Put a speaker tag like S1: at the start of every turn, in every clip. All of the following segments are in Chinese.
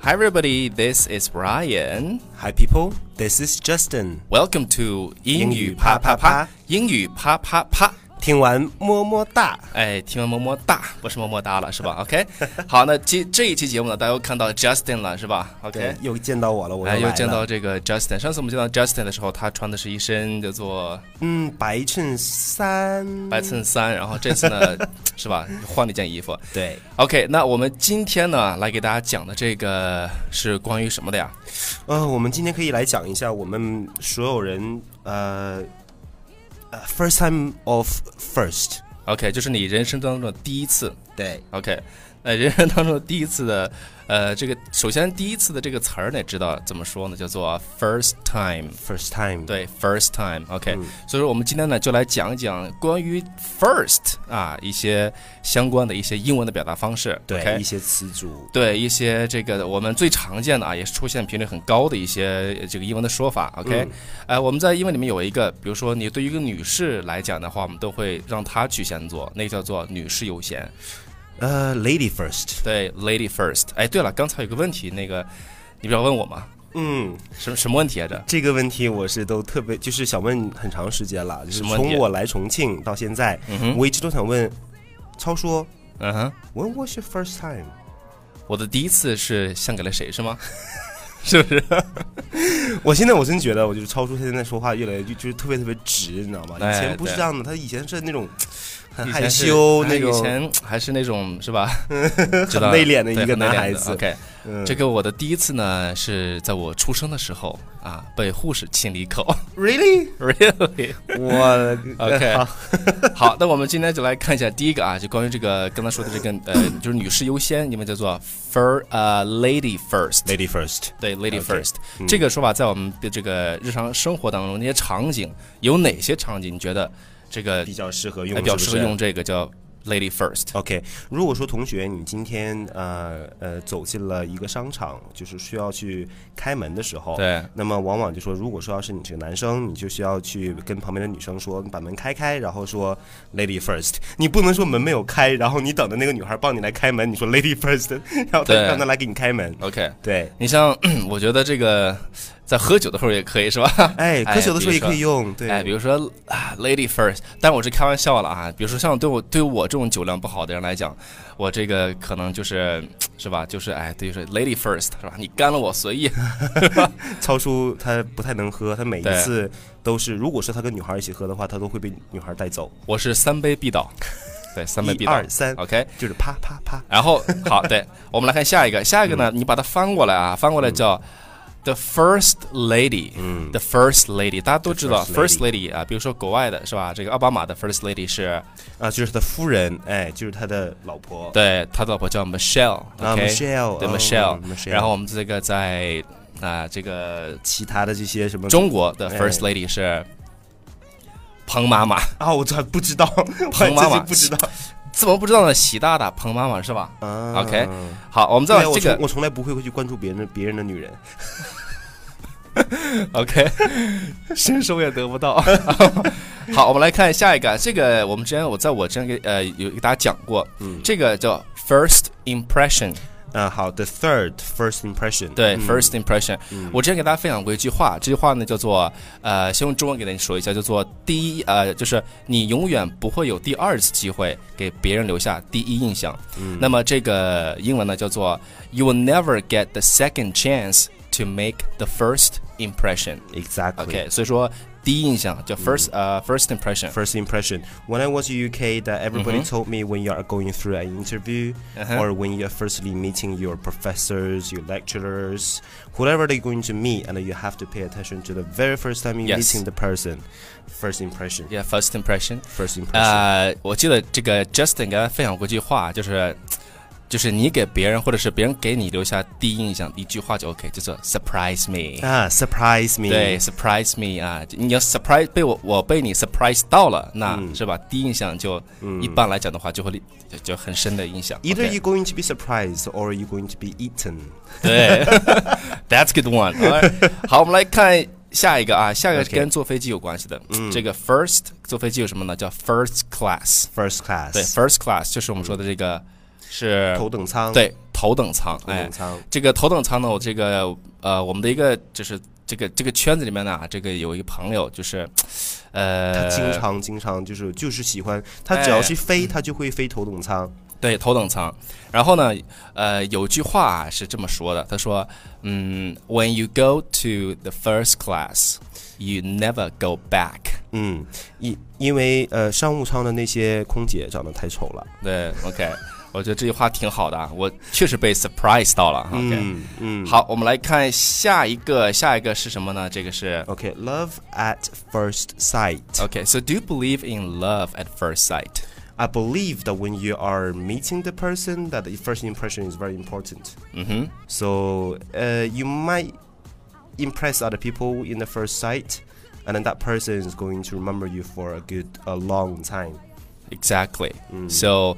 S1: Hi everybody, this is Brian.
S2: Hi people, this is Justin。
S1: Welcome to 英语
S2: 语
S1: 啪啪
S2: 啪啪
S1: 啪
S2: 啪，
S1: 英语啪啪啪。
S2: 听完么么哒，
S1: 哎，听完么么哒，不是么么哒了是 吧？OK，好，那这这一期节目呢，大家又看到 Justin 了是吧？OK，
S2: 又见到我了，我
S1: 哎，又
S2: 来
S1: 见
S2: 了
S1: 到这个 Justin。上次我们见到 Justin 的时候，他穿的是一身叫做
S2: 嗯，白衬衫，
S1: 白衬衫，然后这次 呢，是吧，换了一件衣服。
S2: 对，
S1: OK，那我们今天呢，来给大家讲的这个是关于什么的呀？
S2: 呃，我们今天可以来讲一下我们所有人呃呃 first time of first，
S1: OK，就是你人生当中的第一次。
S2: 对
S1: OK，那人生当中的第一次的，呃，这个首先第一次的这个词儿得知道怎么说呢，叫做 first time。
S2: first time，
S1: 对，first time。OK，、所以
S2: 嗯
S1: 说我们今天呢就来讲一讲关于 first 啊一些相关的一些英文的表达方式。
S2: 对
S1: OK
S2: 一些词组，
S1: 对一些这个我们最常见的啊，也是出现频率很高的一些呃这个英文的说法。OK，、呃，
S2: 嗯
S1: 我们在英文里面有一个，比如说你对于一个女士来讲的话，我们都会让她去先做，那个叫做女士优先。
S2: 呃，lady first，
S1: 对，lady first。哎，对了，刚才有个问题，那个你不要问我吗？
S2: 嗯，
S1: 什么什么问题来着？
S2: 这个问题我是都特别，就是想问很长时间了，就是
S1: 什么问题
S2: 从我来重庆到现在，我一直都想问超说
S1: 嗯哼，
S2: ，When was your first time？
S1: 我的第一次是献给了谁是吗？ 是不是？
S2: 我现在我真觉得，我就是超叔现在说话越来越就就是特别特别直，你知道吗？以
S1: 哎
S2: 前不是
S1: 对
S2: 这样的，他以前是那种很
S1: 以
S2: 害
S1: 前是
S2: 羞
S1: 哎
S2: 那种
S1: 以，前还是那种是 吧？知
S2: 很
S1: 道
S2: 内敛的一
S1: 对
S2: 个
S1: 很内
S2: 男
S1: 敛
S2: 孩
S1: 的
S2: 子。嗯
S1: OK，这个我的第一次呢是在我出生的时候啊，被护士亲了一口。
S2: Really？
S1: Really？
S2: 我
S1: OK
S2: 好
S1: 好，那我们今天就来看一下第一个啊，就关于这个刚才说的这个呃，就是女士优先，英文叫做 fir 呃 lady first。
S2: Lady first，
S1: 对，lady
S2: OK，嗯
S1: first、这个说法在我们的这个日常生活当中，那些场景有哪些场景你觉得这个
S2: 比较适合
S1: 哎
S2: 用，
S1: 表
S2: 是
S1: 示
S2: 不是
S1: 用。这个叫 lady first？
S2: OK，如果说同学你今天呃呃走进了一个商场，就是需要去开门的时候，
S1: 对
S2: 那么往往就说，如果说要是你是个男生，你就需要去跟旁边的女生说，你把门开开，然后说 lady first。你不能说门没有开，然后你等着那个女孩帮你来开门，你说 lady first，然后她
S1: 对
S2: 让她来给你开门。
S1: ，OK。
S2: 对，
S1: 你像， 我觉得这个在喝酒的时候也可以是吧？
S2: 哎，
S1: 哎
S2: 喝酒的时候
S1: 比
S2: 也
S1: 如说
S2: 可以用。对，
S1: 哎，比如说啊，lady first，但我是开玩笑了啊。比如说像对我对我这种酒量不好的人来讲，我这个可能就是是吧？就是哎，对，是 lady first 是吧？你干了我随意，
S2: 超叔他不太能喝，他每一
S1: 对
S2: 次都是，如果说他跟女孩一起喝的话，他都会被女孩带走。
S1: 我是三杯必倒，对，三杯
S2: 一
S1: 必倒
S2: 二三，
S1: ，OK。
S2: 就是啪啪啪。
S1: 然后好，对我们来看下一个，下一个呢，
S2: 嗯
S1: 你把它翻过来啊，翻过来叫 the first lady，
S2: 嗯
S1: the first lady，大家都知道
S2: The first
S1: first lady 啊，比如说国外的是吧？这个奥巴马的 first lady 是
S2: 啊，就是他夫人，哎，就是他的老婆。
S1: 对他的老婆叫 Michelle，OK，、
S2: 啊，Michelle，
S1: 对
S2: 哦
S1: Michelle，、
S2: Michelle
S1: 然后我们这个在啊、这个
S2: 其他的这些什么
S1: 中国的
S2: 哎
S1: first lady 是彭妈妈，
S2: 啊，我这不知道， 我还
S1: 彭妈
S2: 真
S1: 妈
S2: 是不知道。
S1: 怎么不知道呢？习大大彭妈妈是吧？
S2: 啊
S1: OK，好，我们再
S2: 对啊
S1: 往
S2: 我
S1: 这个
S2: 从我从来不会会去关注别人的别人的女人。
S1: OK，伸手也得不到。 好，我们来看下一个，这个我们之前我在我之前给呃有给大家讲过，
S2: 嗯
S1: 这个叫 first impression，
S2: 啊，好，the third first impression，
S1: 对、
S2: 嗯
S1: first impression、我之前给大家分享过一句话，这句话呢叫做呃，先用中文给您说一下，叫做第一呃，就是你永远不会有第二次机会给别人留下第一印象。
S2: 嗯
S1: 那么这个英文呢叫做 you will never get the second chance to make the first impression。
S2: exactly。
S1: OK，所以说第一印象叫 first 呃、first impression。
S2: First impression. When I was in UK, that everybody
S1: Mm-hmm。
S2: told me when you are going through an interview
S1: Uh-huh。
S2: or when you are firstly meeting your professors, your lecturers, whoever they're going to meet, and you have to pay attention to the very first time you
S1: Yes.
S2: meeting the person. First impression.
S1: Yeah, Uh, first impression。
S2: First impression.
S1: 呃，我记得这个 Justin 刚才分享过一句话，就是就是你给别人或者是别人给你留下第一印象一句话就 OK，叫做 surprise me。
S2: 啊，surprise Ah, me.
S1: 对，surprise me 啊，你要 surprise 被我我被你 surprise 到了，那、是吧？第一印象就、一般来讲的话就会立就就很深的印象。
S2: Either
S1: OK
S2: you're going to be surprised or you're going to be eaten.
S1: 对 ，That's good one。好，我们来看下一个啊，下一个是
S2: OK
S1: 跟坐飞机有关系的。
S2: 嗯
S1: 这个 first 坐飞机有什么呢？叫 first class。
S2: First class.
S1: 对，first class 就是我们说的这个是
S2: 嗯头等舱。
S1: 对头等舱，
S2: 头
S1: 哎
S2: 等，舱，
S1: 这个头等舱呢，我这个呃，我们的一个就是这个这个圈子里面呢，这个有一个朋友就是，
S2: 他
S1: 呃，
S2: 经常经常就是就是喜欢，他只要是飞，他就会飞头等舱。
S1: 对头等舱。然后呢，呃，有句话啊是这么说的，他说，嗯，When you go to the first class, you never go back。
S2: 嗯，因因为呃商务舱的那些空姐长得太丑了。
S1: 对，OK，我 觉得这句话挺好的啊，我确实被 surprise 到了。OK，、
S2: 嗯嗯。
S1: 好，我们来看下一个，下一个是什么呢？这个是
S2: OK，love、at first sight。
S1: OK，so、do you believe in love at first sight？
S2: I believe that when you are meeting the person, that the first impression is very important.
S1: 嗯哼。
S2: So uh, you might impress other people in the first sight, and then that person is going to remember you for a good, a long time.
S1: Exactly. So,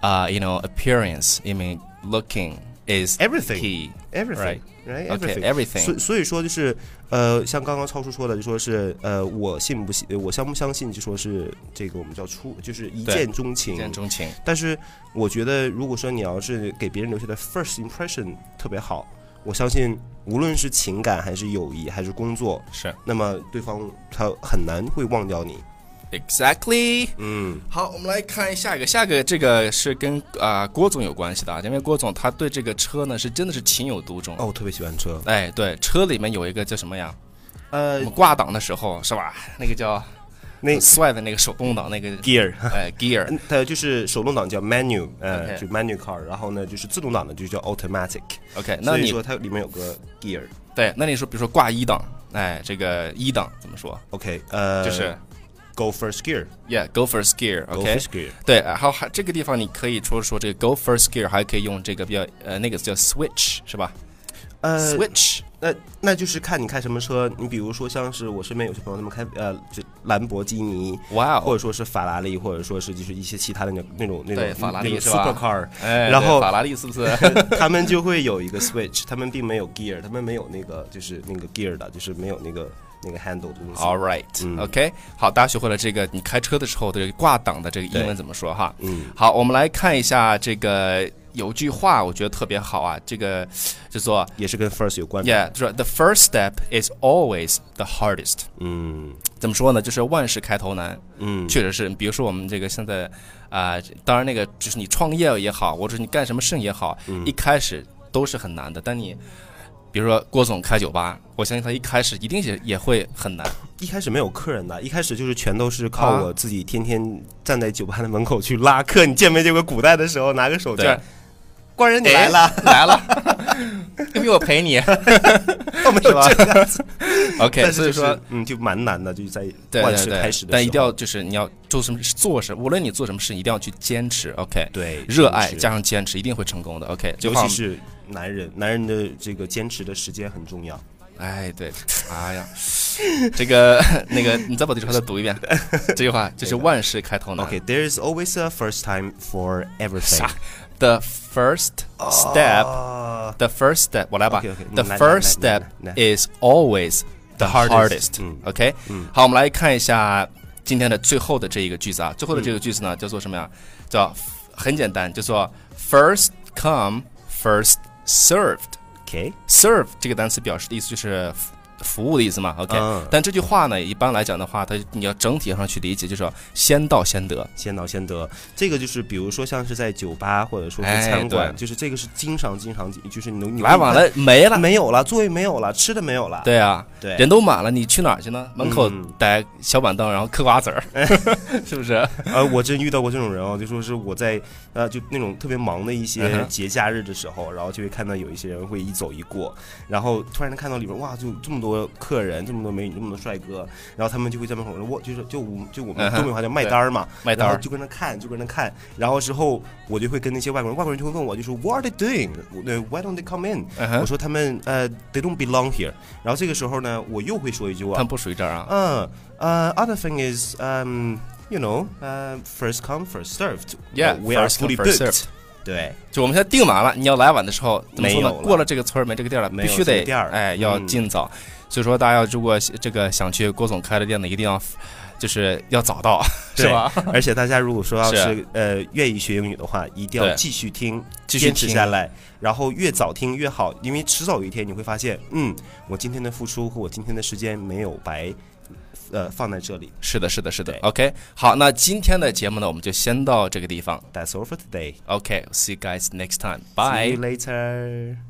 S1: uh, you know, appearance, I mean, looking is
S2: Everything.
S1: key.
S2: Everything, right?
S1: Okay,
S2: Everything.
S1: everything.
S2: 所所以说就是，呃，像刚刚超叔说的，就说是，呃，我信不信，呃我相不相信，就说是这个我们叫初，就是一
S1: 对
S2: 见钟情
S1: 一。见钟情，
S2: 但是我觉得，如果说你要是给别人留下的 first impression 特别好，我相信无论是情感还是友谊还是工作，
S1: 是
S2: 那么对方他很难会忘掉你。
S1: exactly。
S2: 嗯
S1: 好，我们来看下一个，下一个这个是跟啊、郭总有关系的啊，因为郭总他对这个车呢是真的是情有独钟。
S2: 哦，我特别喜欢车。
S1: 哎，对，车里面有一个叫什么呀？
S2: 呃
S1: 我们挂档的时候是吧？那个叫
S2: 那
S1: 很帅的那个手动挡 那个
S2: gear，
S1: 哎 gear，
S2: 嗯它就是手动挡叫 manual，呃
S1: OK
S2: 就 manual car，然后呢就是自动挡的就叫 automatic。
S1: OK，那
S2: 所以
S1: 你
S2: 说它里面有个 gear。
S1: 对，那你说比如说挂一档，哎，这个一档怎么说？
S2: OK，呃，
S1: 就是
S2: go first gear，go
S1: yeah，go first gear，OK，、
S2: first gear。
S1: 对，然后还这个地方你可以说说这个 go first gear，还可以用这个比较呃那个叫 switch 是吧、
S2: 呃
S1: s w，i t c h
S2: 那那就是看你开什么车。你比如说，像是我身边有些朋友，他们开呃，就兰博基尼，
S1: 哇
S2: 或
S1: 哦，
S2: 者说是法拉利，或者说是就是一些其他的那那种那种
S1: 对法拉利
S2: 那种
S1: 是吧
S2: supercar，
S1: 哎，
S2: 然
S1: 对
S2: 后
S1: 法拉利是 不是？
S2: 他们就会有一个 switch，他们并没有 gear，他们没有那个就是那个 gear 的，就是没有那个那个 handle 的东西。
S1: All right，OK，、OK，好，
S2: 嗯
S1: 大家学会了这个你开车的时候的这个挂档的这个英文怎么说哈？
S2: 嗯，
S1: 好，我们来看一下这个有句话，我觉得特别好啊，这个叫做
S2: 也是跟 first 有关。
S1: yeah，就是 the first step is always the hardest。
S2: 嗯
S1: 怎么说呢？就是万事开头难，
S2: 嗯，
S1: 确实是，比如说我们这个现在啊、当然那个就是你创业也好，或者是你干什么事情也好，
S2: 嗯
S1: 一开始都是很难的。但你比如说郭总开酒吧，我相信他一开始一定也也会很难。
S2: 一开始没有客人的，一开始就是全都是靠
S1: 啊
S2: 我自己天天站在酒吧的门口去拉客。你见没见过古代的时候拿个手绢
S1: 对
S2: 儿，，官人你
S1: 哎
S2: 来了，
S1: 来了， 要不我陪 你
S2: 都没有
S1: 是 吧
S2: 这个。
S1: ？OK，
S2: 但
S1: 哎
S2: 是
S1: 所以
S2: 就是
S1: 说。
S2: 嗯，就蛮难的，就是在
S1: 对
S2: 万
S1: 对
S2: 事
S1: 对，
S2: 开始的时候，
S1: 但一定要就是你要做什么做什么，无论你做什么事，一定要去坚持。OK，
S2: 对
S1: 热爱
S2: 坚持
S1: 加上坚持，一定会成功的。OK，就
S2: 尤
S1: 像
S2: 其是男人，男人的这个坚持的时间很重要。
S1: 哎，对，哎呀，这个那个，你再把这句话再读一 遍。这句话就是万事开头难。
S2: Okay, there is always a first time for everything.
S1: 啥？The first step,
S2: 啊
S1: the first step，我来吧。
S2: OK，OK，你
S1: The
S2: 嗯来
S1: first
S2: 来来
S1: step
S2: 来
S1: is always the
S2: hardest，
S1: hardest
S2: 嗯。
S1: OK，好，我们来看一下今天的最后的这一个句子啊。最后的这个
S2: 嗯
S1: 句子呢，叫做什么呀？叫很简单，叫做 first come, first served。
S2: ，OK，
S1: serve 这个单词表示的意思就是服服务的意思嘛，OK、
S2: 嗯
S1: 但这句话呢，一般来讲的话，它你要整体上去理解，就是说先到先得。
S2: 先到先得。这个就是，比如说像是在酒吧或者说是
S1: 哎
S2: 餐馆，
S1: 对
S2: 就是这个是经常经常，就是你你
S1: 来晚了没了，
S2: 没有了，座位没有了，吃的没有了，
S1: 对啊，
S2: 对
S1: 人都满了，你去哪儿去呢？门口
S2: 嗯哎
S1: 摆小板凳，然后嗑瓜子儿， 是不是？
S2: 呃，我真遇到过这种人哦，就说是我在呃，就那种特别忙的一
S1: 嗯
S2: 些
S1: 哼
S2: 节假日的时候，然后就会看到有一些人会一走一过，然后突然看到里边哇，就这么多客人，这么多美女，这么多帅哥，然后他们就会在门口说，我就是就我们就我们
S1: 嗯哼
S2: 东北话叫卖单儿嘛，
S1: 卖单
S2: 然
S1: 儿
S2: 后就跟那看，就跟那看，然后之后我就会跟那些外国人，外国人就会问我，就说 What are they doing？我对 Why don't they come in？、
S1: 嗯哼
S2: 我说他们呃、t h e y don't belong here。然后这个时候呢，我又会说一句
S1: 他
S2: 话
S1: 们，不属于这儿啊。
S2: Uh, uh, other thing is, um, you know, uh, first come, first served. Uh,
S1: Yeah,
S2: we are
S1: first come,
S2: fully
S1: first
S2: booked.
S1: served.
S2: 对，
S1: 就我们现在订满了，你要来晚的时候怎么说
S2: 没
S1: 呢
S2: 有？了
S1: 过了这个村儿没这个店儿了，
S2: 没
S1: 必
S2: 有
S1: 须
S2: 这
S1: 得
S2: 个店儿
S1: 哎要
S2: 嗯
S1: 尽早。所以说大家要如果这个想去郭总开的店呢，一定要就是要早到，
S2: 对
S1: 是吧？
S2: 而且大家如果说要
S1: 是啊
S2: 是呃愿意学英语的话，一定要
S1: 对
S2: 继续听，
S1: 继续
S2: 坚持
S1: 听
S2: 下来，然后越早听越好，因为迟早有一天你会发现，嗯，我今天的付出和我今天的时间没有白，呃，放在这里。
S1: 是的，是的，是的
S2: 对。
S1: OK，好，那今天的节目呢，我们就先到这个地方。
S2: That's all for today.
S1: OK，see、you guys next time. Bye.
S2: See you later.